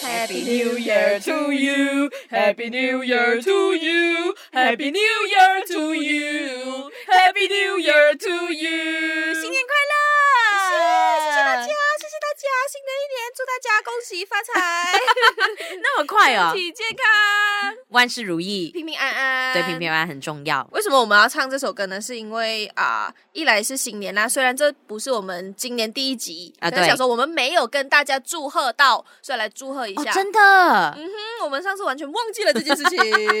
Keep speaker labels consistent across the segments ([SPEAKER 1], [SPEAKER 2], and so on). [SPEAKER 1] New Year to you, Happy New Year to you, Happy New Year to you, Happy New Year to you。
[SPEAKER 2] 新年快乐！谢谢大家，谢谢大家，新的一年祝大家恭喜发财，
[SPEAKER 3] 那么快哦
[SPEAKER 2] 身！体健康，
[SPEAKER 3] 万事如意，
[SPEAKER 2] 平平安安。
[SPEAKER 3] 对平平安安很重要。
[SPEAKER 2] 为什么我们要唱这首歌呢？是因为啊、一来是新年啦，虽然这不是我们今年第一集，
[SPEAKER 3] 啊
[SPEAKER 2] 但是
[SPEAKER 3] 对
[SPEAKER 2] 想说我们没有跟大家祝贺到，所以来祝贺一
[SPEAKER 3] 哦
[SPEAKER 2] 下。，
[SPEAKER 3] 真的，
[SPEAKER 2] 嗯我们上次完全忘记了这件事情。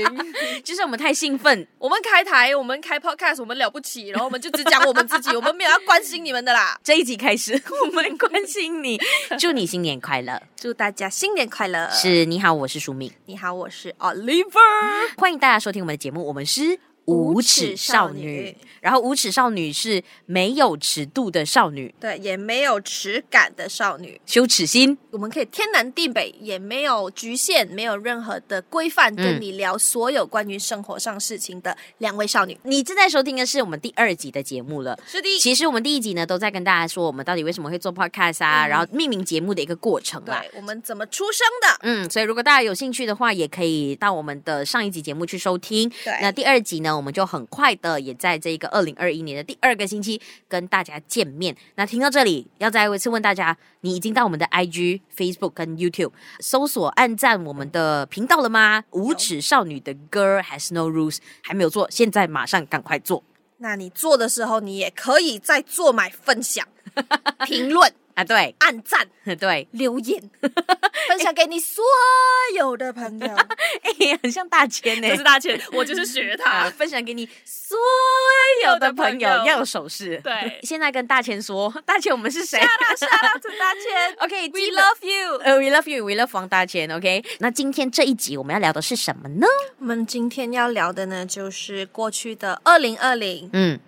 [SPEAKER 3] 就是我们太兴奋，
[SPEAKER 2] 我们开台，我们开 podcast，我们了不起，然后我们就只讲我们自己，我们没有要关心你们的啦。
[SPEAKER 3] 这一集开始， 我们关心 你，祝你新年快乐。
[SPEAKER 2] 祝大家新年快乐！
[SPEAKER 3] 是你好，我是舒敏，
[SPEAKER 2] 你好，我是 Oliver。
[SPEAKER 3] 欢迎大家收听我们的节目，我们是。
[SPEAKER 2] 无
[SPEAKER 3] 无
[SPEAKER 2] 耻
[SPEAKER 3] 耻
[SPEAKER 2] 少
[SPEAKER 3] 少
[SPEAKER 2] 女
[SPEAKER 3] 女，然后无耻少女是没有尺度的少女，
[SPEAKER 2] 对，也没有耻感的少女，
[SPEAKER 3] 羞耻心
[SPEAKER 2] 我们可以天南地北，也没有局限，没有任何的规范，跟
[SPEAKER 3] 嗯
[SPEAKER 2] 你聊所有关于生活上事情的两位少女。
[SPEAKER 3] 你正在收听的是我们第二集的节目了。
[SPEAKER 2] 是的，
[SPEAKER 3] 其实我们第一集呢，都在跟大家说我们到底为什么会做 podcast 啊，
[SPEAKER 2] 嗯
[SPEAKER 3] 然后命名节目的一个过程啦。
[SPEAKER 2] 对我们怎么出生的？
[SPEAKER 3] 嗯，所以如果大家有兴趣的话，也可以到我们的上一集节目去收听。
[SPEAKER 2] 对
[SPEAKER 3] 那第二集呢，我们就很快的也在这个二零二一年的第二个星期跟大家见面。那听到这里，要再一次问大家，你已经到我们的 IG、Facebook 跟 YouTube 搜索、按赞我们的频道了吗？无耻少女的 Girl Has No Rules 还没有做，现在马上赶快做
[SPEAKER 2] 那你做的时候，你也可以在做买分享、 评论、
[SPEAKER 3] 啊！对
[SPEAKER 2] 按赞。
[SPEAKER 3] 对，
[SPEAKER 2] 留言，分享给你所有的朋友。
[SPEAKER 3] 哎、很像大千呢、
[SPEAKER 2] 不是大千，我就是学
[SPEAKER 3] 啊，
[SPEAKER 2] 他。
[SPEAKER 3] 分享给你所
[SPEAKER 2] 有
[SPEAKER 3] 有
[SPEAKER 2] 的
[SPEAKER 3] 的
[SPEAKER 2] 朋
[SPEAKER 3] 朋
[SPEAKER 2] 友
[SPEAKER 3] 友，要有手势。
[SPEAKER 2] 对
[SPEAKER 3] 现在跟大千说，大千我们是谁
[SPEAKER 2] 大是啊，陈大千
[SPEAKER 3] ？OK，
[SPEAKER 2] ，We
[SPEAKER 3] 记得
[SPEAKER 2] love you。
[SPEAKER 3] 呃、w e love you，We love 王大千，OK。那今天这一集我们要聊的是什么呢？
[SPEAKER 2] 我们今天要聊的呢，就是过去的二零二零，
[SPEAKER 3] 嗯，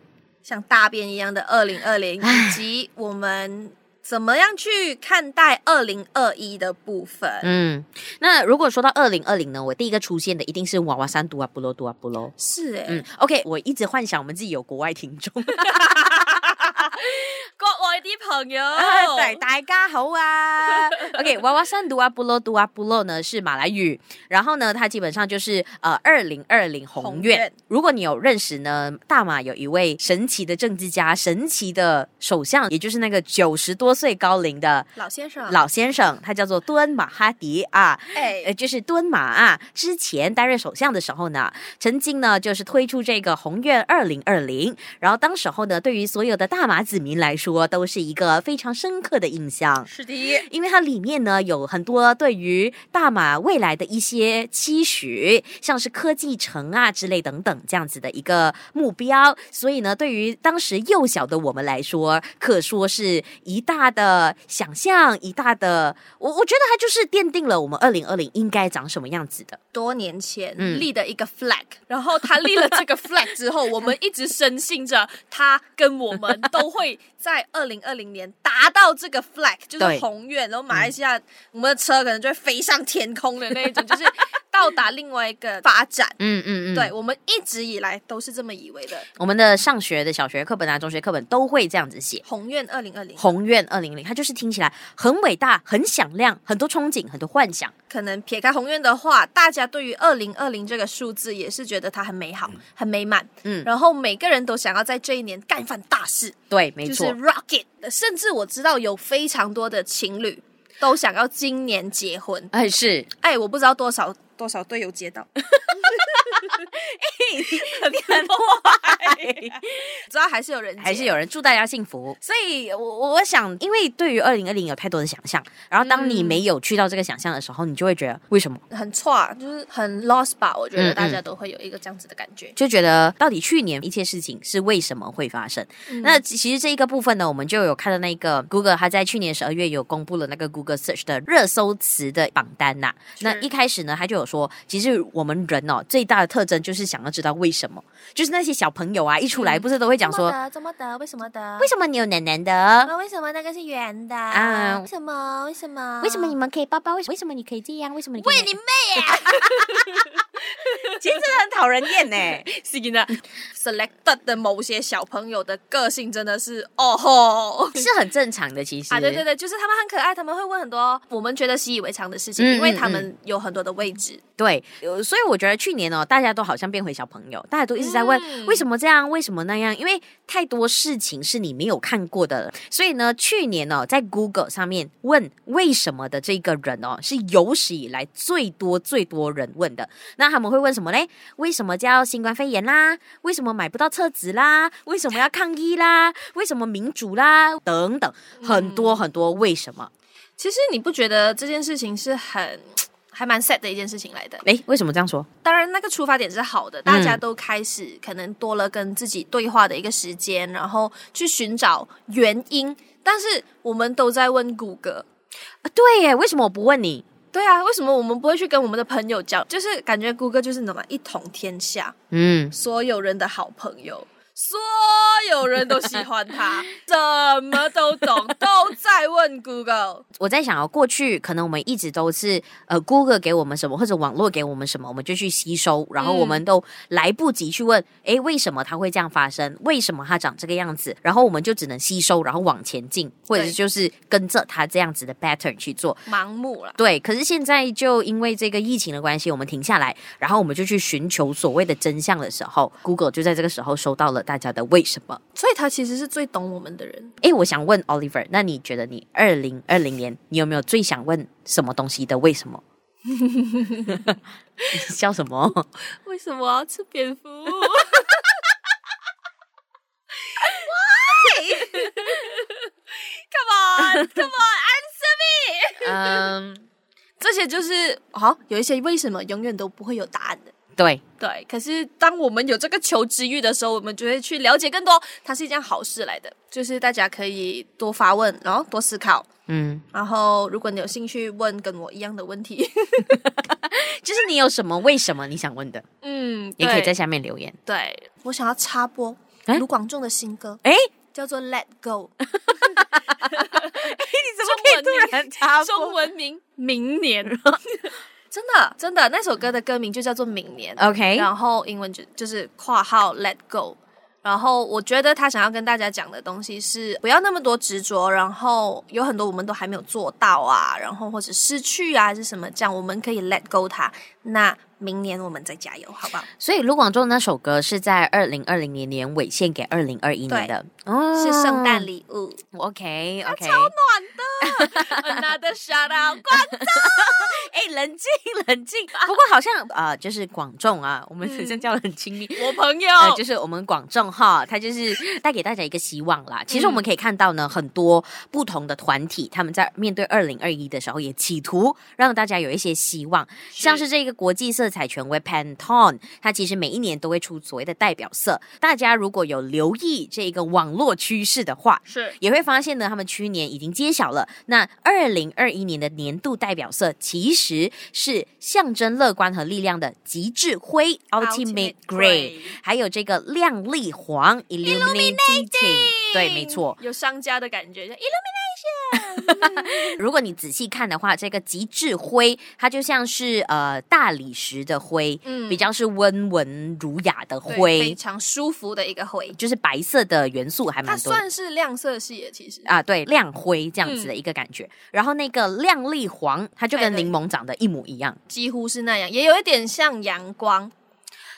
[SPEAKER 2] 像大便一样的二零二零，以及我们怎么样去看待二零二一的部分。
[SPEAKER 3] 嗯，那如果说到二零二零呢，我第一个出现的一定是娃娃山独啊不喽独啊不喽。
[SPEAKER 2] 是哎、
[SPEAKER 3] 嗯，OK，我一直幻想我们自己有国外听众，，
[SPEAKER 2] 国外的朋友
[SPEAKER 3] 对，大家好 啊。OK，娃娃山独啊不喽独啊不喽呢是马来语，然后呢，它基本上就是呃二零二零
[SPEAKER 2] 宏
[SPEAKER 3] 宏
[SPEAKER 2] 愿
[SPEAKER 3] 愿。如果你有认识呢，大马有一位神奇的政治家、神奇的首相，也就是那个九十多岁高龄的。
[SPEAKER 2] 老先生，
[SPEAKER 3] 老先生，他叫做敦恩马哈迪啊，
[SPEAKER 2] 哎、
[SPEAKER 3] 呃，就是敦马啊。之前担任首相的时候呢，曾经呢就是推出这个宏愿二零二零，然后当时候呢，对于所有的大马子民来说，都是一个非常深刻的印象。
[SPEAKER 2] 是的，
[SPEAKER 3] 因为它里面呢有很多对于大马未来的一些期许，像是科技城啊之类等等这样子的一个目标，所以呢，对于当时幼小的我们来说，可说是一大的想象，一大的我我觉得它就是奠定了我们二零二零应该长什么样子的。
[SPEAKER 2] 多年前
[SPEAKER 3] 嗯
[SPEAKER 2] 立的一个 flag，、然后他立了这个 flag 之后，我们一直深信着他跟我们都会在二零二零年达到这个 flag，就是
[SPEAKER 3] 对
[SPEAKER 2] 宏愿，然后马来西亚、我们的车可能就会飞上天空的那一种，就是到达另外一个发展。
[SPEAKER 3] 嗯嗯
[SPEAKER 2] 对，我们一直以来都是这么以为的。
[SPEAKER 3] 我们的上学的小学课本啊、中学课本都会这样子写。
[SPEAKER 2] 宏愿二零二零，
[SPEAKER 3] 宏愿二零零，它就是听起来很伟大、很响亮、很多憧憬、很多幻想。
[SPEAKER 2] 可能撇开宏愿的话，大家对于二零二零这个数字也是觉得它很美好、很美满。
[SPEAKER 3] 嗯，
[SPEAKER 2] 然后每个人都想要在这一年干一番大事。
[SPEAKER 3] 对，没
[SPEAKER 2] 就
[SPEAKER 3] 错。
[SPEAKER 2] 是 rocket 的，甚至我知道有非常多的情侣都想要今年结婚。
[SPEAKER 3] 哎，是，
[SPEAKER 2] 哎，我不知道多少多少队友 接到，哎
[SPEAKER 3] 很坏，
[SPEAKER 2] 知道还是有人接
[SPEAKER 3] 还是有。人祝大家幸福。所以我，我我想，因为对于二零二零有太多的想象，然后当你
[SPEAKER 2] 嗯
[SPEAKER 3] 没有去到这个想象的时候，你就会觉得为什么？
[SPEAKER 2] 很错，啊就是很 lost 吧？我觉得
[SPEAKER 3] 嗯嗯
[SPEAKER 2] 大家都会有一个这样子的感觉。
[SPEAKER 3] 就觉得到底去年一切事情是为什么会发生？
[SPEAKER 2] 嗯
[SPEAKER 3] 那其其实这一个部分呢，我们就有看到那个 Google，它在去年十二月有公布了那个 Google Search 的热搜词的榜单呐、那
[SPEAKER 2] 是
[SPEAKER 3] 一开始呢，他就有说，其实我们人哦最大的特征就是想要知道为什么，就是那些小朋友啊一出来不是都会讲说，
[SPEAKER 2] 怎么嗯的？为哦什么的？
[SPEAKER 3] 为什么你有奶奶的？
[SPEAKER 2] 为什么那个是圆的？
[SPEAKER 3] 啊为
[SPEAKER 2] 什么？为什么
[SPEAKER 3] 为什么你们可以抱抱？为什么为什么你可以这样？为什么你可以
[SPEAKER 2] 喂你妹呀！
[SPEAKER 3] 其实很讨讨人厌呢、
[SPEAKER 2] 是的，selected 的某些小朋友的个性真的是哦吼。
[SPEAKER 3] 是很正常的，其实。
[SPEAKER 2] 啊，对对对，就是他们很可爱，他们会问很多我们觉得习以为常的事情，
[SPEAKER 3] 嗯
[SPEAKER 2] 因为
[SPEAKER 3] 嗯
[SPEAKER 2] 他
[SPEAKER 3] 嗯
[SPEAKER 2] 们有很多的位置。
[SPEAKER 3] 对，呃所以我觉得去年哦，大家都好像变回小朋友，大家都一直在问、
[SPEAKER 2] 嗯
[SPEAKER 3] 为什么这样，为什么那样，因为太多事情是你没有看过的了。所以呢，去年哦，在 Google 上面问为什么的这个人哦，是有史以来最多最多人问的。那他们会问什么嘞？为什么叫新冠肺炎啦？为什么买不到厕纸啦？为什么要抗议啦？为什么民主啦？等等，很多很多为什么？
[SPEAKER 2] 其实你不觉得这件事情是很还蛮 sad 的一件事情来的？
[SPEAKER 3] 诶，为什么这样说？
[SPEAKER 2] 当然，那个出发点是好
[SPEAKER 3] 嗯
[SPEAKER 2] 的，大家都开始可能多了跟自己对话的一个时间，然后去寻找原因。但是我们都在问谷歌，
[SPEAKER 3] 啊，对耶，为什么我不问你？
[SPEAKER 2] 对啊，为什么我们不会去跟我们的朋友讲？就是感觉谷歌就是怎么一统天下，
[SPEAKER 3] 嗯，
[SPEAKER 2] 所有人的好朋友。所有人都喜欢 他，什么都 懂，都在问 Google。
[SPEAKER 3] 我在想哦，过去可能我们一直都是呃，Google 给我们什么，或者网络给我们什么，我们就去吸收，然后我们都来不及去问，诶，为什么它会这样发生？为什么它长这个样子？然后我们就只能吸收，然后往前进，或者
[SPEAKER 2] 对
[SPEAKER 3] 就是跟着它这样子的 pattern 去做。
[SPEAKER 2] 盲目啦。
[SPEAKER 3] 对，可是现在就因为这个疫情的关系，我们停下来，然后我们就去寻求所谓的真相的时候，Google 就在这个时候收到了大家的为什么。
[SPEAKER 2] 所以他其实是最懂我们的人。
[SPEAKER 3] 诶，我想问 Oliver，那你觉得你二零二零年你有没有最想问什么东西的？为什 么？你笑什么？
[SPEAKER 2] 为什么我要吃蝙蝠？Why？Come on，Come on，answer！
[SPEAKER 3] 嗯，
[SPEAKER 2] 这些就是好、有一些为什么永远都不会有答案的。
[SPEAKER 3] 对，
[SPEAKER 2] 对，可是当我们有这个求知欲的时候，我们就会去了解更多，它是一件好事来的。就是大家可以多发问，然后多思考，
[SPEAKER 3] 嗯，
[SPEAKER 2] 然后如果你有兴趣问跟我一样的问 题，
[SPEAKER 3] 就是你有什么为什么你想问的，
[SPEAKER 2] 嗯，
[SPEAKER 3] 也可以
[SPEAKER 2] 对
[SPEAKER 3] 在下面留言。
[SPEAKER 2] 对，我想要插播
[SPEAKER 3] 诶
[SPEAKER 2] 卢广仲的新歌，
[SPEAKER 3] 诶，
[SPEAKER 2] 叫做《Let Go》，
[SPEAKER 3] 你
[SPEAKER 2] 中文名
[SPEAKER 3] 插
[SPEAKER 2] 中文名明年， 真的真的，那首歌的歌名就叫做《明年》
[SPEAKER 3] ？OK，
[SPEAKER 2] 然后英文就就是括号 Let Go。然后我觉得他想要跟大家讲的东西是不要那么多执着，然后有很多我们都还没有做到啊，然后或者失去啊还是什么，这样我们可以 let go 它。那明年我们再加油，好不好？
[SPEAKER 3] 所以卢广仲那首歌是在二零二零年年尾献给二零二一年的，哦
[SPEAKER 2] 是圣诞礼物，
[SPEAKER 3] OK OK，
[SPEAKER 2] Another shout out，
[SPEAKER 3] 哎，冷静冷静。不过好像呃，就是广仲啊，我们 好像叫得很亲密。
[SPEAKER 2] 我朋友，
[SPEAKER 3] 呃，就是我们广众哈，他就是带给大家一个希望啦。其实我们可以看到呢，很多不同的团体，他们在面对二零二一的时候，也企图让大家有一些希望。像是这个国际色彩权威 Pantone，它其实每一年都会出所谓的代表色。大家如果有留意这个网络趋势的话，
[SPEAKER 2] 是
[SPEAKER 3] 也会发现呢，他们去年已经揭晓了，那二零二一年的年度代表色其实是象征乐观和力量的极致灰 （Ultimate Gray），还有这个亮丽黄 （Illuminating）。对，没错。
[SPEAKER 2] 有商家的感觉，就一
[SPEAKER 3] 如果你仔细看的话，这个极致灰，它就像是呃大理石的灰，
[SPEAKER 2] 嗯
[SPEAKER 3] 比较是温文儒雅的
[SPEAKER 2] 对
[SPEAKER 3] 灰
[SPEAKER 2] 非，常舒服的一个灰，
[SPEAKER 3] 就是白色的元素还
[SPEAKER 2] 它
[SPEAKER 3] 蛮多的。
[SPEAKER 2] 算是亮色系耶，其实
[SPEAKER 3] 啊，对，亮灰这样子的一个感觉。然后那个亮丽黄，它就跟
[SPEAKER 2] 哎对
[SPEAKER 3] 柠檬长得一模一样。
[SPEAKER 2] 几乎是那样，也有一点像阳光，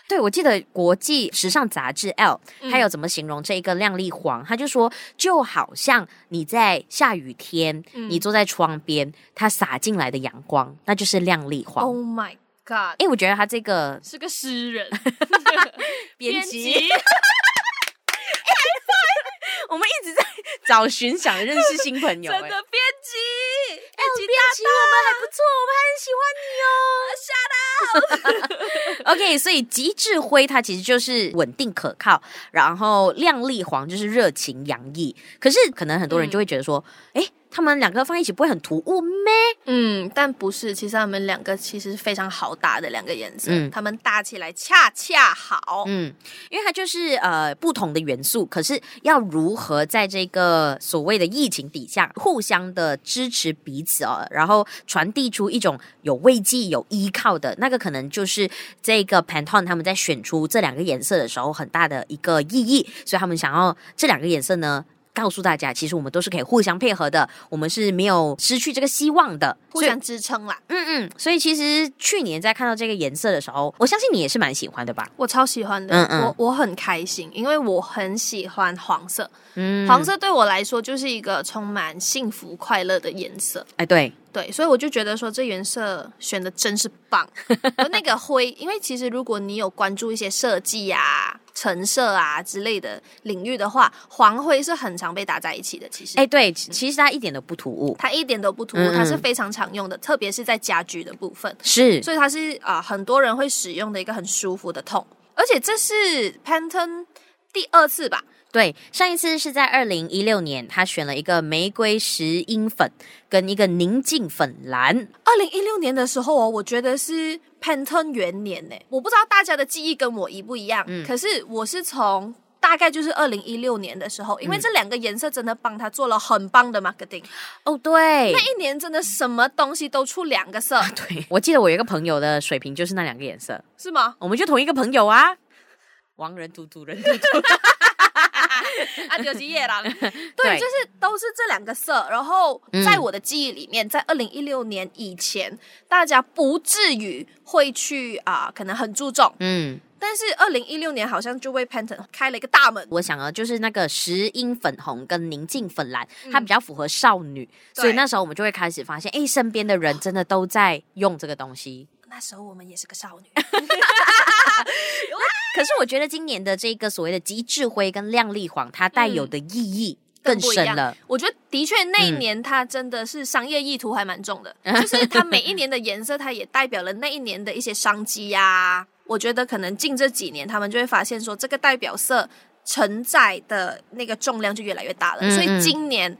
[SPEAKER 3] 对，我记得国际时尚杂志 L，
[SPEAKER 2] 嗯
[SPEAKER 3] 它有怎么形容这一个亮丽黄？它就说，就好像你在下雨天，
[SPEAKER 2] 嗯
[SPEAKER 3] 你坐在窗边，它洒进来的阳光，那就是亮丽黄。
[SPEAKER 2] Oh my God！
[SPEAKER 3] 哎，我觉得他这个
[SPEAKER 2] 是个诗 人，
[SPEAKER 3] 编辑 我们一直在 找寻想认识新朋
[SPEAKER 2] 真
[SPEAKER 3] 友、
[SPEAKER 2] 的
[SPEAKER 3] 哎，
[SPEAKER 2] 编辑，欸哎编辑啊
[SPEAKER 3] 编辑，我们还不错，我们还很喜欢你哦。OK，所以极致灰它其实就是稳定可靠，嗯然后亮丽黄就是热情洋溢。可是可能很多人就会觉得说，哎、他们两个放一起不会很突兀咩？
[SPEAKER 2] 嗯，但不是，其实他们两个其实是非常好搭的两个颜色，
[SPEAKER 3] 嗯
[SPEAKER 2] 他们搭起来恰恰好。
[SPEAKER 3] 嗯，因为它就是呃不同的元素，可是要如何在这个所谓的疫情底下互相的支持彼此哦，然后传递出一种有慰藉、有依靠的那个，可能就是这个 Pantone 他们在选出这两个颜色的时候很大的一个意义，所以他们想要这两个颜色呢。告诉大家，其实我们都是可以互相配合的，我们是没有失去这个希望的，
[SPEAKER 2] 互
[SPEAKER 3] 所以
[SPEAKER 2] 相支撑啦，
[SPEAKER 3] 嗯嗯，所以其实去年在看到这个颜色的时候，我相信你也是蛮喜欢的吧？
[SPEAKER 2] 我超喜欢的，
[SPEAKER 3] 嗯嗯
[SPEAKER 2] 我我很开心，因为我很喜欢黄色，
[SPEAKER 3] 嗯，
[SPEAKER 2] 黄色对我来说就是一个充满幸福快乐的颜色，
[SPEAKER 3] 哎，对，
[SPEAKER 2] 对，所以我就觉得说这颜色选的真是棒。而那个灰，因为其实如果你有关注一些设计啊、橙色啊之类的领域的话，黄灰是很常被搭在一起的。其实，
[SPEAKER 3] 哎，对，其其实它一点都不突兀，
[SPEAKER 2] 它一点都不突
[SPEAKER 3] 嗯
[SPEAKER 2] 兀，
[SPEAKER 3] 嗯
[SPEAKER 2] 它是非常常用的，特别是在家居的部分，
[SPEAKER 3] 是
[SPEAKER 2] 所以它是啊、呃很多人会使用的一个很舒服的痛，而且这是 Pantone 第二次吧，
[SPEAKER 3] 对。上一次是在二零一六年，他选了一个玫瑰石英粉跟一个宁静粉蓝，
[SPEAKER 2] 二零一六年的时候哦，我觉得是 Pantone 元年呢。我不知道大家的记忆跟我一不一样，
[SPEAKER 3] 嗯
[SPEAKER 2] 可是我是从大概就是二零一六年的时候，因为
[SPEAKER 3] 嗯
[SPEAKER 2] 这两个颜色真的帮他做了很棒的 marketing。
[SPEAKER 3] 哦，对
[SPEAKER 2] 那。一年真的什么东西都出两个色，
[SPEAKER 3] 啊对，我记得我有一个朋友的水平就是那两个颜色，
[SPEAKER 2] 是吗？
[SPEAKER 3] 我们就同一个朋友啊，王人读读人 读读，
[SPEAKER 2] 啊，有吉野狼，
[SPEAKER 3] 对嗯
[SPEAKER 2] 对，就是都是这两个色。然后在我的记忆里面，在二零一六年以前，大家不至于会去啊、可能很注重。
[SPEAKER 3] 嗯，
[SPEAKER 2] 但是二零一六年好像就为 Pantone 开了一个大门。
[SPEAKER 3] 我想啊，就是那个石英粉红跟宁静粉蓝，它
[SPEAKER 2] 嗯
[SPEAKER 3] 比较符合少女，
[SPEAKER 2] 对
[SPEAKER 3] 所以那时候我们就会开始发现，哎，身边的人真的都在用这个东西。
[SPEAKER 2] 那时候我们也是个少女。
[SPEAKER 3] 可是我觉得今年的这个所谓的极致灰跟亮丽黄，它带有的意义更
[SPEAKER 2] 嗯更不一
[SPEAKER 3] 深
[SPEAKER 2] 样
[SPEAKER 3] 了。
[SPEAKER 2] 我觉得的确那一
[SPEAKER 3] 嗯
[SPEAKER 2] 年它真的是商业意图还蛮重 的，就是它每一年的颜色，它也代表了那一年的一些商机呀、我觉得可能近这几年，他们就会发现说，这个代表色承载的那个重量就越来越大了。
[SPEAKER 3] 嗯
[SPEAKER 2] 所
[SPEAKER 3] 嗯
[SPEAKER 2] 以今年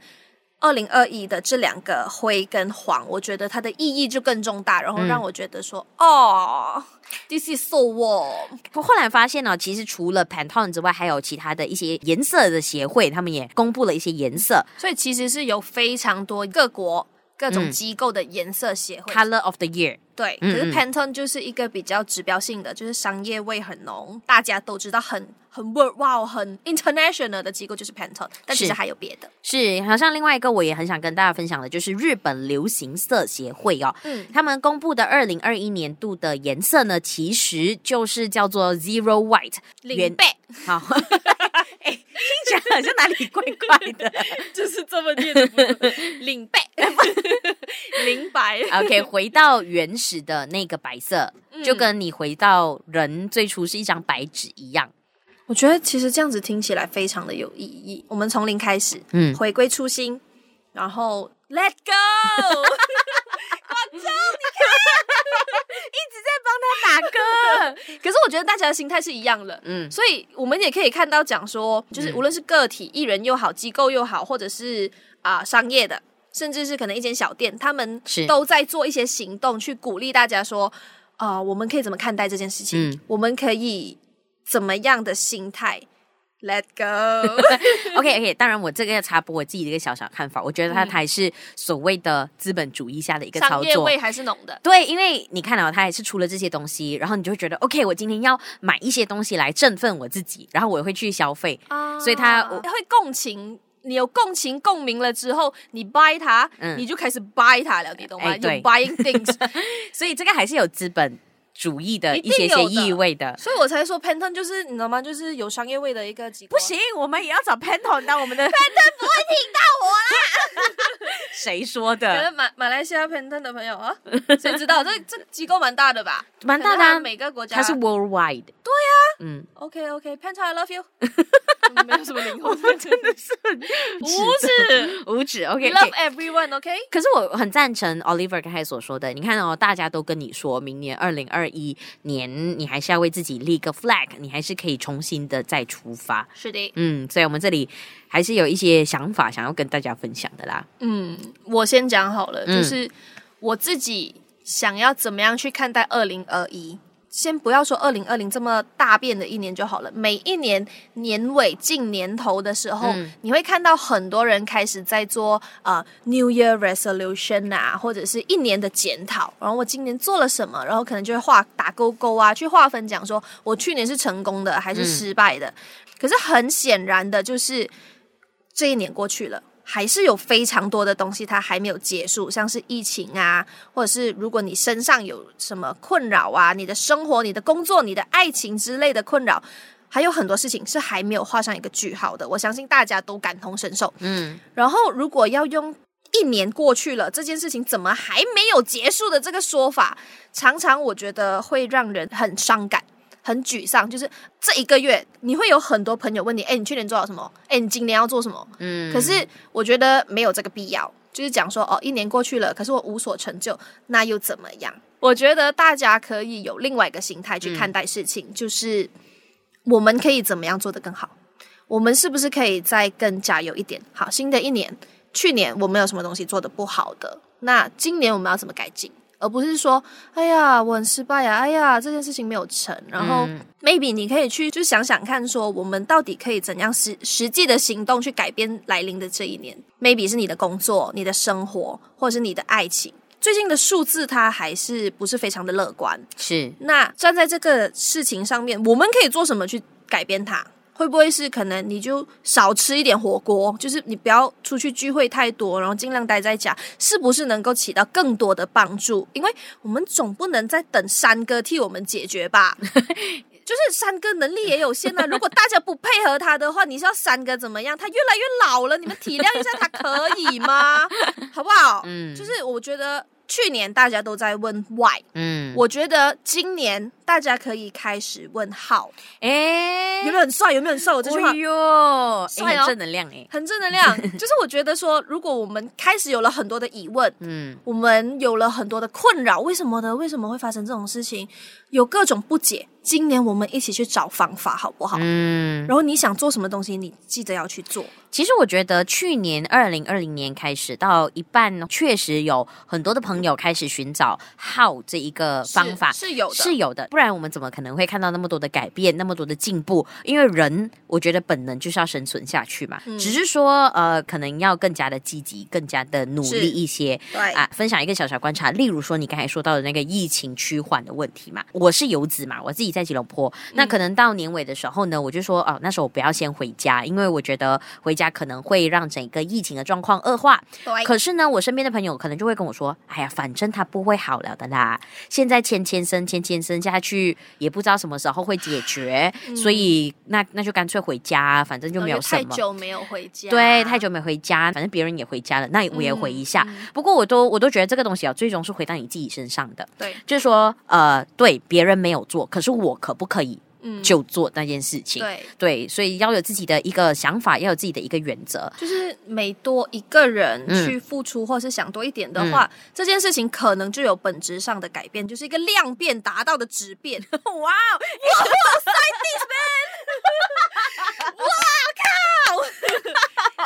[SPEAKER 2] 二零二一的这两个灰跟黄，我觉得它的意义就更重大，然后
[SPEAKER 3] 嗯
[SPEAKER 2] 让我觉得说，哦，this is so warm。
[SPEAKER 3] 我后来发现呢、其实除了 Pantone 之外，还有其他的一些颜色的协会，他们也公布了一些颜色
[SPEAKER 2] 所以其实是有非常多各国各种
[SPEAKER 3] 嗯
[SPEAKER 2] 机构的颜色协会。
[SPEAKER 3] Color of the Year。
[SPEAKER 2] 对，可
[SPEAKER 3] 嗯
[SPEAKER 2] 是
[SPEAKER 3] 嗯
[SPEAKER 2] Pantone 就是一个比较指标性的，就是商业味很浓，大家都知道很很 world wow 很 international 的机构就是 Pantone，但其
[SPEAKER 3] 是
[SPEAKER 2] 实还有别的。
[SPEAKER 3] 是，好像另外一个我也很想跟大家分享的，就是日本流行色协会哦，
[SPEAKER 2] 嗯
[SPEAKER 3] 他们公布的二零二一年度的颜色呢，其实就是叫做 Zero White
[SPEAKER 2] 领背
[SPEAKER 3] 好， 哎、听起来好像哪里怪怪的。
[SPEAKER 2] 就是这么念的，领 背明白。
[SPEAKER 3] OK，回到原始的那个白色，就跟你回到人最初是一张白纸一样。
[SPEAKER 2] 我觉得其实这样子听起来非常的有意义。我们从零开始，
[SPEAKER 3] 嗯
[SPEAKER 2] 回归初心，然后 Let go。
[SPEAKER 3] 大哥，
[SPEAKER 2] 可是我觉得大家的心态是一样的，
[SPEAKER 3] 嗯
[SPEAKER 2] 所以我们也可以看到讲说，就是无论是个体、艺人又好，机构又好，或者是啊、商业的，甚至是可能一间小店，他们
[SPEAKER 3] 是
[SPEAKER 2] 都在做一些行动去鼓励大家说，啊、我们可以怎么看待这件事情？
[SPEAKER 3] 嗯
[SPEAKER 2] 我们可以怎么样的心态？Let go，
[SPEAKER 3] ，OK OK，当然我这个要插播我自己的一个小小看法，我觉得它还是所谓的资本主义 下的一个操
[SPEAKER 2] 商业
[SPEAKER 3] 作。
[SPEAKER 2] 味还是浓的。
[SPEAKER 3] 对，因为你看到、他也是出了这些东西，然后你就会觉得 OK，我今天要买一些东西来振奋我自己，然后我也会去消费。
[SPEAKER 2] 啊
[SPEAKER 3] 所以他我
[SPEAKER 2] 会共情。你有共情共鸣了之后，你 buy 它，
[SPEAKER 3] 嗯
[SPEAKER 2] 你就开始 buy 它了，你懂吗？
[SPEAKER 3] 哎对
[SPEAKER 2] 有 buying things，
[SPEAKER 3] 所以这个还是有资本主义的
[SPEAKER 2] 一
[SPEAKER 3] 一
[SPEAKER 2] 定
[SPEAKER 3] 些些
[SPEAKER 2] 有的
[SPEAKER 3] 意味的。
[SPEAKER 2] 所以我才说 Pantone 就是你知道吗？就是有商业味的一个机构。啊
[SPEAKER 3] 不，行，我们也要找 Pantone 当我们的 Pantone 不会听到我啦。 谁说
[SPEAKER 2] 可
[SPEAKER 3] 的？
[SPEAKER 2] 能马马来西亚 Pantone 的朋友啊，谁知道这这机构蛮大的吧？
[SPEAKER 3] 蛮大
[SPEAKER 2] 可
[SPEAKER 3] 的
[SPEAKER 2] 能
[SPEAKER 3] 啊
[SPEAKER 2] 它每个国家啊
[SPEAKER 3] 它是 worldwide。对嗯，
[SPEAKER 2] OK OK Panta I love you，
[SPEAKER 1] 没有什么灵魂，真的是
[SPEAKER 2] 无耻
[SPEAKER 3] 五指
[SPEAKER 2] ，We
[SPEAKER 3] OK，,
[SPEAKER 2] love everyone OK。
[SPEAKER 3] 可是我很赞成 Oliver 刚才所说的，你看哦，大家都跟你说，明年二零二一年，你还是要为自己立个 flag，你还是可以重新的再出发。
[SPEAKER 2] 是的，
[SPEAKER 3] 嗯，所以我们这里还是有一些想法想要跟大家分享的啦。
[SPEAKER 2] 嗯，我先讲好了，
[SPEAKER 3] 嗯
[SPEAKER 2] 就是我自己想要怎么样去看待二零二一。先不要说二零二零这么大变的一年就好了，每一年年尾近年头的时候，
[SPEAKER 3] 嗯
[SPEAKER 2] 你会看到很多人开始在做呃 New Year Resolution 啊，或者是一年的检讨。然后我今年做了什么，然后可能就会画打勾勾啊，去划分讲说我去年是成功的
[SPEAKER 3] 嗯
[SPEAKER 2] 还是失败的。可是很显然的就是这一年过去了。还是有非常多的东西它还没有结束，像是疫情啊，或者是如果你身上有什么困扰啊，你的生活、你的工作、你的爱情之类的困扰，还有很多事情是还没有画上一个句号的。我相信大家都感同身受。
[SPEAKER 3] 嗯，
[SPEAKER 2] 然后，如果要用一年过去了，这件事情怎么还没有结束的这个说法，常常我觉得会让人很伤感、很沮丧。就是这一个月，你会有很多朋友问你：“哎，你去年做了什么？哎，你今年要做什么？”嗯，可是我觉得没有这个必要。就是讲说哦，一年过去了，可是我无所成就，那又怎么样？我觉得大家可以有另外一个心态去看待事情，就是我们可以怎么样做得更好。我们是不是可以再更加油一点？好，新的一年，去年我们有什么东西做的不好的？那今年我们要怎么改进？而不是说，哎呀，我很失败呀、哎呀，这件事情没有成。然后、maybe 你可以去就想想看，说我们到底可以怎样实实际的行动去改变来临的这一年？maybe 是你的工作、你的生活，或者是你的爱情。最近的数字它还是不是非常的乐观，
[SPEAKER 3] 是，
[SPEAKER 2] 那站在这个事情上面，我们可以做什么去改变它？会不会是可能你就少吃一点火锅，就是你不要出去聚会太多，然后尽量待在家，是不是能够起到更多的帮助？因为我们总不能再等山哥替我们解决吧。就是山哥能力也有限啊，如果大家不配合他的话，你是要山哥怎么样？他越来越老了，你们体谅一下他可以吗？好不好？
[SPEAKER 3] 嗯
[SPEAKER 2] 就是我觉得去年大家都在问 why，
[SPEAKER 3] 嗯，
[SPEAKER 2] 我觉得今年大家可以开始问号，
[SPEAKER 3] 哎
[SPEAKER 2] 有没有很帅？有没有很帅？我这句话
[SPEAKER 3] 哎呦，
[SPEAKER 2] 帅
[SPEAKER 3] 哎
[SPEAKER 2] 哦
[SPEAKER 3] 很正能量哎，
[SPEAKER 2] 很正能 量。就是我觉得说，如果我们开始有了很多的疑问，
[SPEAKER 3] 嗯
[SPEAKER 2] 我们有了很多的困扰，为什么呢？为什么会发生这种事情？有各种不解。今年我们一起去找方法，好不好？
[SPEAKER 3] 嗯。
[SPEAKER 2] 然后你想做什么东西，你记得要去做。
[SPEAKER 3] 其实我觉得去年二零二零年开始到一半，确实有很多的朋友开始寻找号这一个方法。
[SPEAKER 2] 是是有的，
[SPEAKER 3] 是有的，不然我们怎么可能会看到那么多的改变，那么多的进步？因为人，我觉得本能就是要生存下去嘛，
[SPEAKER 2] 嗯
[SPEAKER 3] 只是说呃，可能要更加的积极，更加的努
[SPEAKER 2] 是
[SPEAKER 3] 力一些。
[SPEAKER 2] 对，
[SPEAKER 3] 啊，分享一个小小观察，例如说你刚才说到的那个疫情趋缓的问题嘛，我是游子嘛，我自己在吉隆坡，
[SPEAKER 2] 嗯
[SPEAKER 3] 那可能到年尾的时候呢，我就说哦，那时候我不要先回家，因为我觉得回家可能会让整个疫情的状况恶化。
[SPEAKER 2] 对，
[SPEAKER 3] 可是呢，我身边的朋友可能就会跟我说，哎呀，反正它不会好了的啦，现在牵牵生牵牵生下去，也不知道什么时候会解决， 所以那那就干脆回家，反正就没有
[SPEAKER 2] 因为
[SPEAKER 3] 什
[SPEAKER 2] 嗯哦呃太
[SPEAKER 3] 么。
[SPEAKER 2] 久没有回家，
[SPEAKER 3] 对，太久没回家，反正别人也回家了，那我也回一下。
[SPEAKER 2] 嗯
[SPEAKER 3] 不过我都我都觉得这个东西啊，最终是回到你自己身上的。
[SPEAKER 2] 对，
[SPEAKER 3] 就是说，呃，对，别人没有做，可是我可不可以
[SPEAKER 2] 嗯，
[SPEAKER 3] 就做那件事情？
[SPEAKER 2] 对。
[SPEAKER 3] 对所以要有自己的一个想法，要有自己的一个原则。
[SPEAKER 2] 就是每多一个人
[SPEAKER 3] 嗯
[SPEAKER 2] 去付出，或是想多一点的话，这件事情可能就有本质上的改变，就是一个量变达到的质变。 哇哦， 哇塞，弟们！哇靠！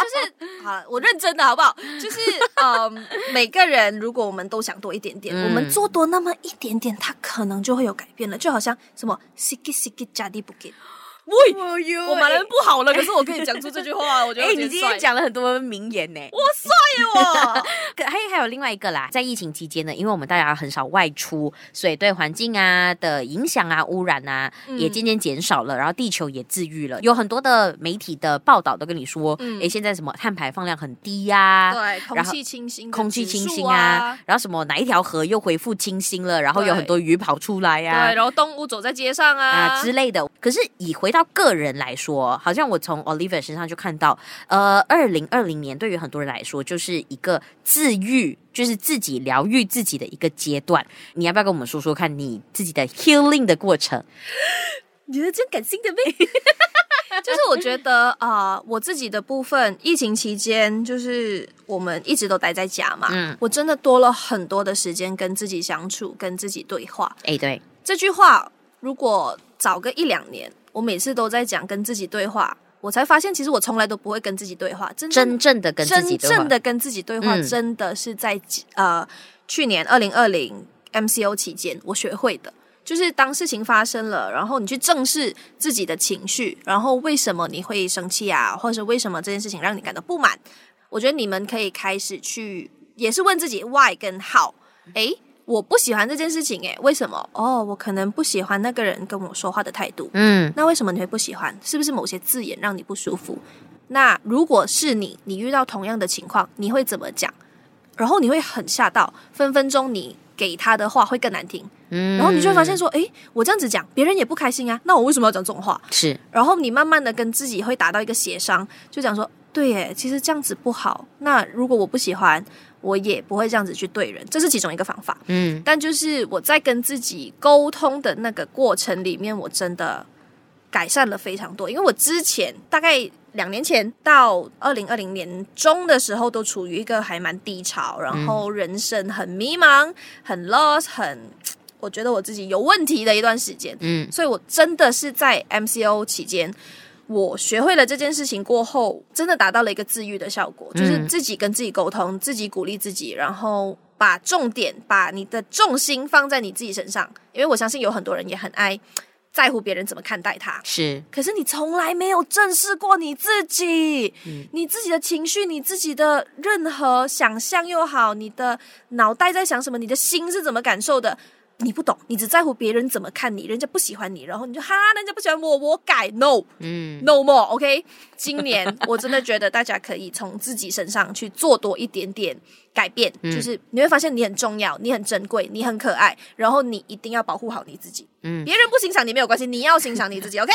[SPEAKER 2] 就是好了，我认真的好不好？就是嗯，每个人如果我们都想多一点点，
[SPEAKER 3] 嗯
[SPEAKER 2] 我们做多那么一点点，它可能就会有改变了。就好像什么 “siki siki 加地不给”，喂，我马来文不好了，可是我跟你讲出这句话，我觉得
[SPEAKER 3] 哎
[SPEAKER 2] 我，
[SPEAKER 3] 你
[SPEAKER 2] 今
[SPEAKER 3] 今
[SPEAKER 2] 天
[SPEAKER 3] 天
[SPEAKER 2] 帅
[SPEAKER 3] 讲了很多名言呢。
[SPEAKER 2] 我，
[SPEAKER 3] 可还还有另外一个啦，在疫情期间呢，因为我们大家很少外出，所以对环境啊的影响啊、污染啊
[SPEAKER 2] 嗯
[SPEAKER 3] 也渐渐减少了，然后地球也治愈了。有很多的媒体的报道都跟你说，诶、
[SPEAKER 2] 嗯
[SPEAKER 3] 现在什么碳排放量很低呀、
[SPEAKER 2] 对，
[SPEAKER 3] 然
[SPEAKER 2] 空
[SPEAKER 3] 后
[SPEAKER 2] 气清新的指数啊，
[SPEAKER 3] 空气清新啊，然后什么哪一条河又恢复清新了，然后有很多鱼跑出来
[SPEAKER 2] 对，
[SPEAKER 3] 呀、
[SPEAKER 2] 然后动物走在街上
[SPEAKER 3] 啊
[SPEAKER 2] 啊，
[SPEAKER 3] 之类的。可是以回到个人来说，好像我从 Oliver 身上就看到，呃，二零二零年对于很多人来说就是一个自愈，就是自己疗愈自己的一个阶段。你要不要跟我们说说看你自己的 healing 的过程？你是真感性的妹。
[SPEAKER 2] 就是我觉得啊、呃我自己的部分，疫情期间就是我们一直都待在家嘛，
[SPEAKER 3] 嗯
[SPEAKER 2] 我真的多了很多的时间跟自己相处，跟自己对话。
[SPEAKER 3] 哎，对，
[SPEAKER 2] 这句话如果早个一两年，我每次都在讲跟自己对话，我才发现其实我从来都不会跟自己对话，真正
[SPEAKER 3] 真正的跟自己
[SPEAKER 2] 真
[SPEAKER 3] 对话
[SPEAKER 2] 正的跟自己对话，
[SPEAKER 3] 嗯
[SPEAKER 2] 真的是在呃去年二零二零 MCO 期间我学会的。就是当事情发生了，然后你去正视自己的情绪，然后为什么你会生气啊，或者是为什么这件事情让你感到不满？我觉得你们可以开始去，也是问自己 why 跟 how。诶，我不喜欢这件事情，诶，为什么？哦，我可能不喜欢那个人跟我说话的态度。
[SPEAKER 3] 嗯
[SPEAKER 2] 那为什么你会不喜欢？是不是某些字眼让你不舒服？那如果是你，你遇到同样的情况，你会怎么讲？然后你会很吓到，分分钟你给他的话会更难听，
[SPEAKER 3] 嗯，
[SPEAKER 2] 然后你就会发现说，诶，我这样子讲，别人也不开心啊，那我为什么要讲这种话？
[SPEAKER 3] 是
[SPEAKER 2] 然后你慢慢的跟自己会达到一个协商，就讲说，对耶，其实这样子不好。那如果我不喜欢，我也不会这样子去对人，这是其中一个方法。
[SPEAKER 3] 嗯
[SPEAKER 2] 但就是我在跟自己沟通的那个过程里面，我真的改善了非常多。因为我之前大概两年前到二零二零年中的时候，都处于一个还蛮低潮，然后人生很迷茫、很 lost、很我觉得我自己有问题的一段时间。
[SPEAKER 3] 嗯
[SPEAKER 2] 所以我真的是在 MCO 期间，我学会了这件事情过后，真的达到了一个治愈的效果，
[SPEAKER 3] 嗯
[SPEAKER 2] 就是自己跟自己沟通，自己鼓励自己，然后把重点、把你的重心放在你自己身上，因为我相信有很多人也很爱在乎别人怎么看待他。
[SPEAKER 3] 是
[SPEAKER 2] 可是你从来没有正视过你自己，
[SPEAKER 3] 嗯
[SPEAKER 2] 你自己的情绪，你自己的任何想象又好，你的脑袋在想什么，你的心是怎么感受的，你不懂，你只在乎别人怎么看你，人家不喜欢你，然后你就哈，人家不喜欢我，我改，no
[SPEAKER 3] 嗯
[SPEAKER 2] no more，OK、今年我真的觉得大家可以从自己身上去做多一点点改变，
[SPEAKER 3] 嗯
[SPEAKER 2] 就是你会发现你很重要，你很珍贵，你很可爱，然后你一定要保护好你自己，
[SPEAKER 3] 嗯
[SPEAKER 2] 别人不欣赏你没有关系，你要欣赏你自己，OK。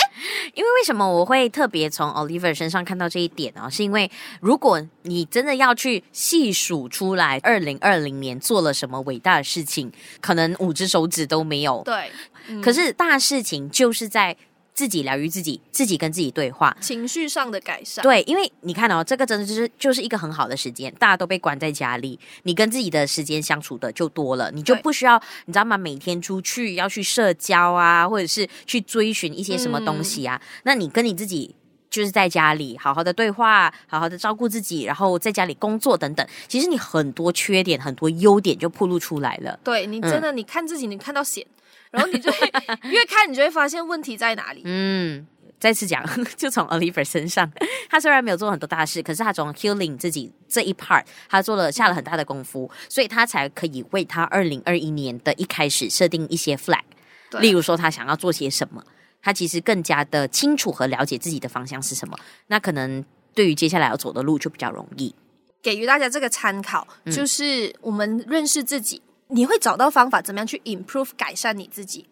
[SPEAKER 3] 因为为什么我会特别从 Oliver 身上看到这一点哦？是因为如果你真的要去细数出来，二零二零年做了什么伟大的事情，可能五只手指都没有。
[SPEAKER 2] 对，
[SPEAKER 3] 可是大事情就是在自己疗愈自己，自己跟自己对话。
[SPEAKER 2] 情绪上的改善。
[SPEAKER 3] 对，因为你看哦，这个真的就是就是一个很好的时间，大家都被关在家里，你跟自己的时间相处的就多了，你就
[SPEAKER 2] 对
[SPEAKER 3] 不需要你知道吗？每天出去要去社交啊，或者是去追寻一些什么东西啊，
[SPEAKER 2] 嗯
[SPEAKER 3] 那你跟你自己。就是在家里好好的对话，好好的照顾自己，然后在家里工作等等。其实你很多缺点、很多优点就暴露出来了。
[SPEAKER 2] 对你真的，
[SPEAKER 3] 嗯
[SPEAKER 2] 你看自己，你看到险，然后你就会越看，你就会发现问题在哪里。
[SPEAKER 3] 嗯，再次讲， 就从 Oliver 身上， 他虽然没有做很多大事，可是他从 healing 自己这一 part，他做了下了很大的功夫，所以他才可以为他二零二一年的一开始设定一些 flag，
[SPEAKER 2] 对
[SPEAKER 3] 例如说他想要做些什么，他其实更加的清楚和了解自己的方向是什么，那可能对于接下来要走的路就比较容易。
[SPEAKER 2] 给予大家这个参考，
[SPEAKER 3] 嗯
[SPEAKER 2] 就是我们认识自己，你会找到方法，怎么样去 improve 改善你自己。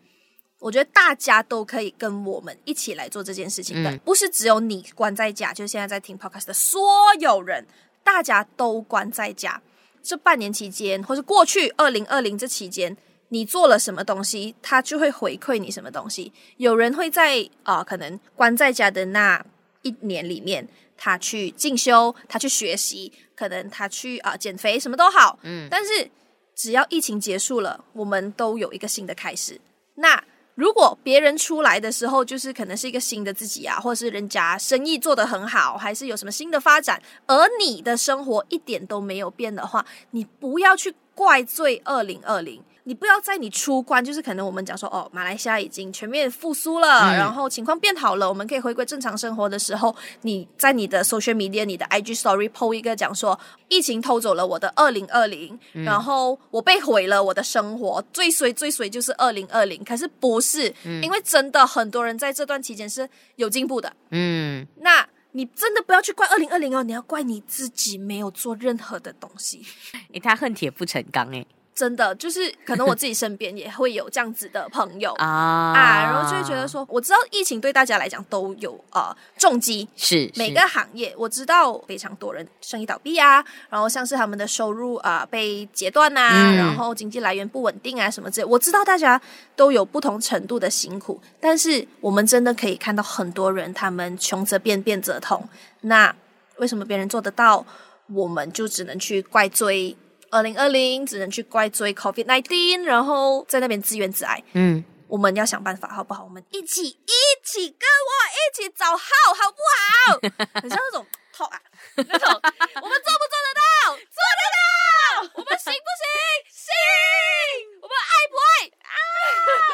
[SPEAKER 2] 我觉得大家都可以跟我们一起来做这件事情的，
[SPEAKER 3] 嗯
[SPEAKER 2] 不是只有你关在家，就是现在在听 podcast 的所有人，大家都关在家。这半年期间，或是过去二零二零这期间，你做了什么东西，它就会回馈你什么东西。有人会在啊、呃可能关在家的那一年里面，他去进修，他去学习，可能他去啊、呃减肥，什么都好。嗯，但是只要疫情结束了，我们都有一个新的开始。那如果别人出来的时候，就是可能是一个新的自己啊，或是人家生意做得很好，还是有什么新的发展，而你的生活一点都没有变的话，你不要去怪罪二零二零。你不要在你出关，就是可能我们讲说哦，马来西亚已经全面复苏了，
[SPEAKER 3] 嗯
[SPEAKER 2] 然后情况变好了，我们可以回归正常生活的时候，你在你的 social media、你的 IG story po 一个讲说，疫情偷走了我的二零二零，然后我被毁了我的生活，最衰最衰就是二零二零。可是不是，因为真的很多人在这段期间是有进步的。
[SPEAKER 3] 嗯，
[SPEAKER 2] 那你真的不要去怪二零二零哦，你要怪你自己没有做任何的东西。
[SPEAKER 3] 诶，他恨铁不成钢诶，
[SPEAKER 2] 真的就是可能我自己身边也会有这样子的朋友
[SPEAKER 3] 啊
[SPEAKER 2] 啊，然后就会觉得说，我知道疫情对大家来讲都有呃重击，
[SPEAKER 3] 是
[SPEAKER 2] 每
[SPEAKER 3] 是
[SPEAKER 2] 个行业，我知道非常多人生意倒闭啊，然后像是他们的收入啊、呃被截断啊，
[SPEAKER 3] 嗯
[SPEAKER 2] 然后经济来源不稳定啊什么之类。我知道大家都有不同程度的辛苦，但是我们真的可以看到很多人他们穷则变，变则通。那为什么别人做得到，我们就只能去怪罪？二零二零只能去怪罪 COVID nineteen，然后在那边自怨自艾。
[SPEAKER 3] 嗯。
[SPEAKER 2] 我们要想办法，好不好？我们一起一起跟我一起找号，好不好？ 很像那种 talk 啊，那种我们做不做得到？做得到！我们行不行？行！我们爱不爱？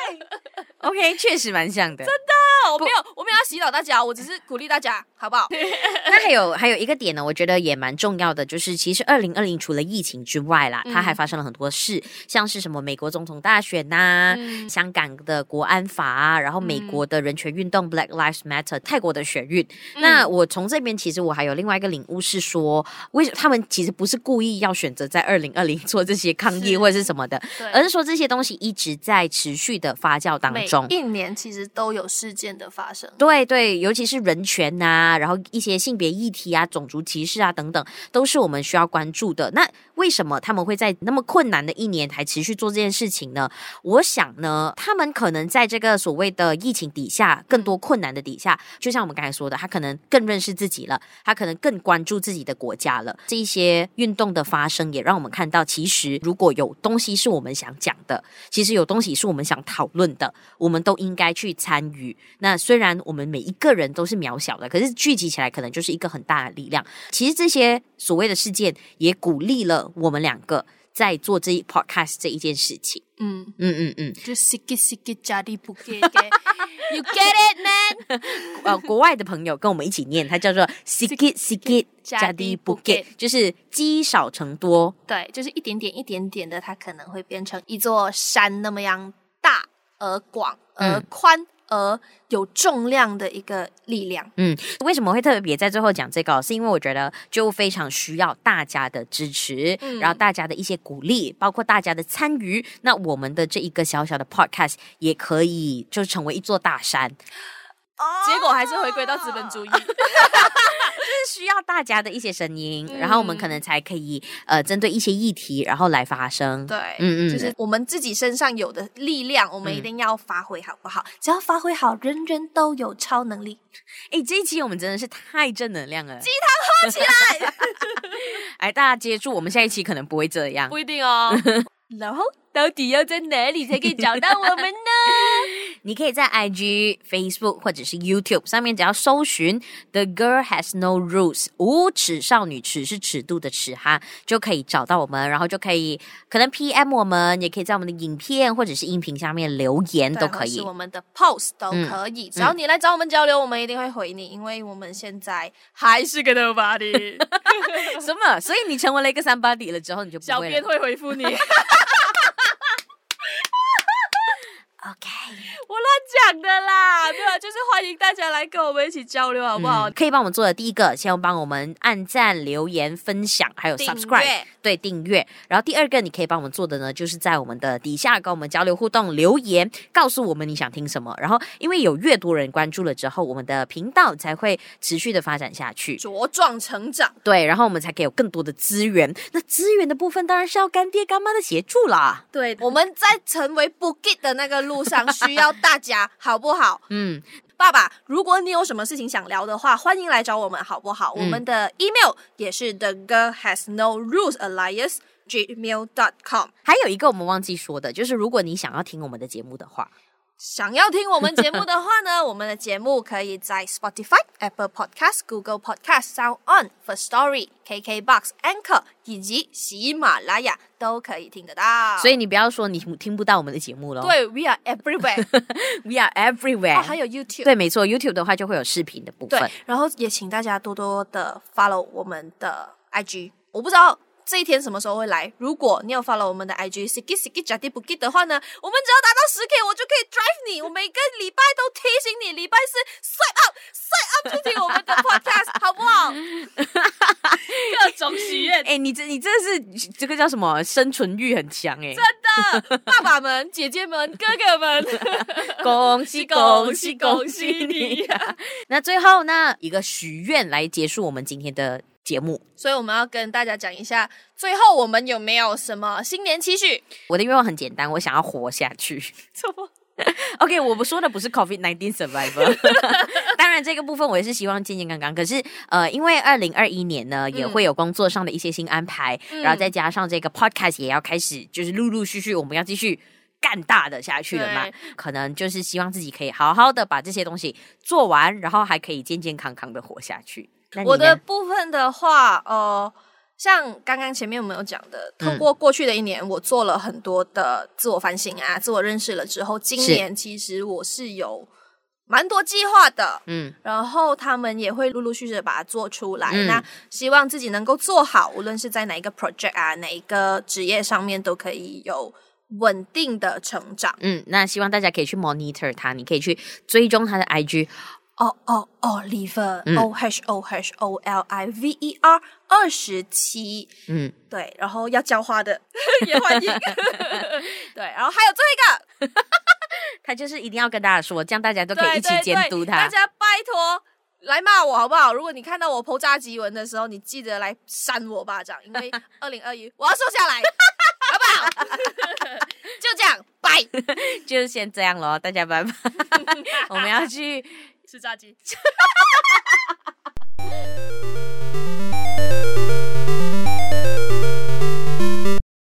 [SPEAKER 3] OK，确实蛮像的。
[SPEAKER 2] 啊，我没有，我没有要洗脑大家，我只是鼓励大家，好不好？
[SPEAKER 3] 那还有还有一个点呢，我觉得也蛮重要的，就是其实二零二零除了疫情之外
[SPEAKER 2] 嗯
[SPEAKER 3] 啦，它还发生了很多事，像是什么美国总统大选呐、
[SPEAKER 2] 嗯
[SPEAKER 3] 香港的国安法啊，然后美国的人权运动 Black Lives Matter，泰国的选运。
[SPEAKER 2] 嗯
[SPEAKER 3] 那我从这边其实我还有另外一个领悟是说，为什他们其实不是故意要选择在二零二零做这些抗议
[SPEAKER 2] 是
[SPEAKER 3] 或者是什么的，
[SPEAKER 2] 对
[SPEAKER 3] 而是说这些东西一直在持续的发酵当
[SPEAKER 2] 每
[SPEAKER 3] 中。
[SPEAKER 2] 一年其实都有事件的发生，
[SPEAKER 3] 对对，尤其是人权呐、然后一些性别议题啊、种族歧视啊等等，都是我们需要关注的。那为什么他们会在那么困难的一年还持续做这件事情呢？我想呢，他们可能在这个所谓的疫情底下，更多困难的底下，就像我们刚才说的，他可能更认识自己了，他可能更关注自己的国家了。这一些运动的发生，也让我们看到，其实如果有东西是我们想讲的，其实有东西是我们想讨论的，我们都应该去参与。那虽然我们每一个人都是渺小的，可是聚集起来可能就是一个很大的力量。其实这些所谓的事件也鼓励了我们两个在做这一 podcast 这一件事情。
[SPEAKER 2] 嗯，
[SPEAKER 3] 嗯嗯嗯，
[SPEAKER 2] 就 sick sick 加力不 get you get it man。
[SPEAKER 3] 呃，国外的朋友跟我们一起念，它叫做 “sikit sikit 加
[SPEAKER 2] 加
[SPEAKER 3] 低
[SPEAKER 2] 低
[SPEAKER 3] 不
[SPEAKER 2] 不
[SPEAKER 3] get”，
[SPEAKER 2] get
[SPEAKER 3] 就是积少成多。
[SPEAKER 2] 对，就是一点点一点点的，它可能会变成一座山那么样大而广而
[SPEAKER 3] 嗯
[SPEAKER 2] 宽而有重量的一个力量。
[SPEAKER 3] 嗯，为什么会特别在最后讲这个？是因为我觉得就非常需要大家的支持，
[SPEAKER 2] 嗯
[SPEAKER 3] 然后大家的一些鼓励，包括大家的参与。那我们的这一个小小的 podcast 也可以就成为一座大山，
[SPEAKER 1] 结果还是回归到资本主义。
[SPEAKER 3] 就是需要大家的一些声音，
[SPEAKER 2] 嗯
[SPEAKER 3] 然后我们可能才可以呃针对一些议题，然后来发 声。
[SPEAKER 2] 对，
[SPEAKER 3] 嗯嗯
[SPEAKER 2] 就是我们自己身上有的力量，我们一
[SPEAKER 3] 嗯
[SPEAKER 2] 定要发挥，好不好？只要发挥好，人人都有超能力。
[SPEAKER 3] 哎，这一期我们真的是太正能量了，鸡汤喝起来！ 哎，大家接住，我们下一期可能不会这样
[SPEAKER 1] 不。一定哦。
[SPEAKER 2] 然后，到底要在哪里才可以找到我们呢？
[SPEAKER 3] 你可以在 IG、Facebook 或者是 YouTube 上面，只要搜寻 “The Girl Has No Rules” 无尺少女，尺是尺度的尺哈，就可以找到我们，然后就可以可能 PM 我们，也可以在我们的影片或者是音频下面留言
[SPEAKER 2] 对
[SPEAKER 3] 都可
[SPEAKER 2] 或
[SPEAKER 3] 以
[SPEAKER 2] 是我。们的 post 都
[SPEAKER 3] 嗯
[SPEAKER 2] 可以，只要你来找我们交流，我们一定会回你，因为我们现在还是个 nobody。
[SPEAKER 3] 什么？所以你成为了一个三八底了之后，你就不
[SPEAKER 1] 小
[SPEAKER 3] 会
[SPEAKER 1] 编
[SPEAKER 3] 了。
[SPEAKER 1] 会回复你，我
[SPEAKER 3] OK，
[SPEAKER 1] 乱讲的啦，对啊，就是欢迎大家来跟我们一起交流，好不好？
[SPEAKER 3] 嗯可以帮我们做的第一个，先帮我们按赞、留言、分享，还有
[SPEAKER 2] 订阅
[SPEAKER 3] subscribe，对，订阅。然后第二个，你可以帮我们做的呢，就是在我们的底下跟我们交流互动，留言告诉我们你想听什么。然后，因为有越多人关注了之后，我们的频道才会持续的发展下去。
[SPEAKER 2] 茁壮成长。
[SPEAKER 3] 对，然后我们才可以有更多的资源。那资源的部分当然是要干爹干妈的协助啦。
[SPEAKER 2] 对，我们在成为 Boogie 的那个路 上，需要大家，好不好？
[SPEAKER 3] 嗯，
[SPEAKER 2] 爸爸，如果你有什么事情想聊的话，欢迎来找我们，好不
[SPEAKER 3] 嗯
[SPEAKER 2] 好？我们的 email 也是 the girl has no rules alliance gmail dot com。
[SPEAKER 3] 还有一个我们忘记说的，就是如果你想要听我们的节目的话，
[SPEAKER 2] 想要听我们节目的话呢，我们的节目可以在 Spotify、Apple Podcast、Google Podcast、Sound On、First Story、KKBox、Anchor 以及喜马拉雅都可以听得到。
[SPEAKER 3] 所以你不要说你听不到我们的节目了。
[SPEAKER 2] 对，We are everywhere 。
[SPEAKER 3] ，We are everywhere、
[SPEAKER 2] 哦，还有 YouTube。
[SPEAKER 3] 对，没错，YouTube 的话就会有视频的部分
[SPEAKER 2] 对。，然后也请大家多多的 follow 我们的 IG。我不知道这一天什么时候会来。如果你有 follow 我们的 IG Siki Siki Jadi b u g i 的话呢，我们只要达到十 K，我就可以 drive 你。我每个礼拜都提醒你，礼拜四 swipe up swipe up 去听我们的 podcast，好不好？
[SPEAKER 1] 各种喜宴。
[SPEAKER 3] 哎、你这你这是这个叫什么？生存欲很强哎、
[SPEAKER 2] 爸爸们、姐姐们、哥哥 们，
[SPEAKER 3] 恭喜 恭
[SPEAKER 2] 恭
[SPEAKER 3] 喜
[SPEAKER 2] 喜
[SPEAKER 3] 恭
[SPEAKER 2] 恭
[SPEAKER 3] 喜
[SPEAKER 2] 喜
[SPEAKER 3] 你
[SPEAKER 2] 你
[SPEAKER 3] 呀、 那最后呢，一个许愿来结束我们今天的节目。
[SPEAKER 2] 所以我们要跟大家讲一下，最后我们有没有什么新年期许？
[SPEAKER 3] 我的愿望很简单，我想要活下 去。OK，我们说的不是 COVID nineteen survivor，当然这个部分我也是希望健健康康。可是呃，因为二零二一年呢，也会有工作上的一些新安排，
[SPEAKER 2] 嗯
[SPEAKER 3] 然后再加上这个 podcast 也要开始，就是陆陆续续我们要继续。干大的下去了嘛
[SPEAKER 2] 对？
[SPEAKER 3] 可能就是希望自己可以好好的把这些东西做完，然后还可以健健康康的活下去。那你
[SPEAKER 2] 我的
[SPEAKER 3] 呢
[SPEAKER 2] 部分的话，呃，像刚刚前面我们有讲的，
[SPEAKER 3] 嗯
[SPEAKER 2] 通过过去的一年，我做了很多的自我反省啊，自我认识了之后，今
[SPEAKER 3] 是
[SPEAKER 2] 年其实我是有蛮多计划的，
[SPEAKER 3] 嗯，
[SPEAKER 2] 然后他们也会陆陆续续的把它做出来。
[SPEAKER 3] 嗯
[SPEAKER 2] 那希望自己能够做好，无论是在哪一个 project 啊，哪一个职业上面，都可以有稳定的成长。
[SPEAKER 3] 嗯，那希望大家可以去 monitor 他，你可以去追踪他的 IG。
[SPEAKER 2] 哦哦哦，liver
[SPEAKER 3] 嗯
[SPEAKER 2] o h o h o l i v e r 二十七，
[SPEAKER 3] 嗯，
[SPEAKER 2] 对，然后要浇花 的也欢迎。 对，然后还有最后一个，
[SPEAKER 3] 他就是一定要跟大家说，这样大家 都可以
[SPEAKER 2] 对
[SPEAKER 3] 一起
[SPEAKER 2] 对
[SPEAKER 3] 监
[SPEAKER 2] 对
[SPEAKER 3] 督
[SPEAKER 2] 大
[SPEAKER 3] 他。
[SPEAKER 2] 家拜托来骂我好不好？如果你看到我剖炸鸡文的时候，你记得来扇我巴掌，因 为二零二一我要瘦下来，好不好？ 就这样， 拜。
[SPEAKER 3] 就是先 这样咯，大家拜拜。我们要去
[SPEAKER 1] 吃炸鸡。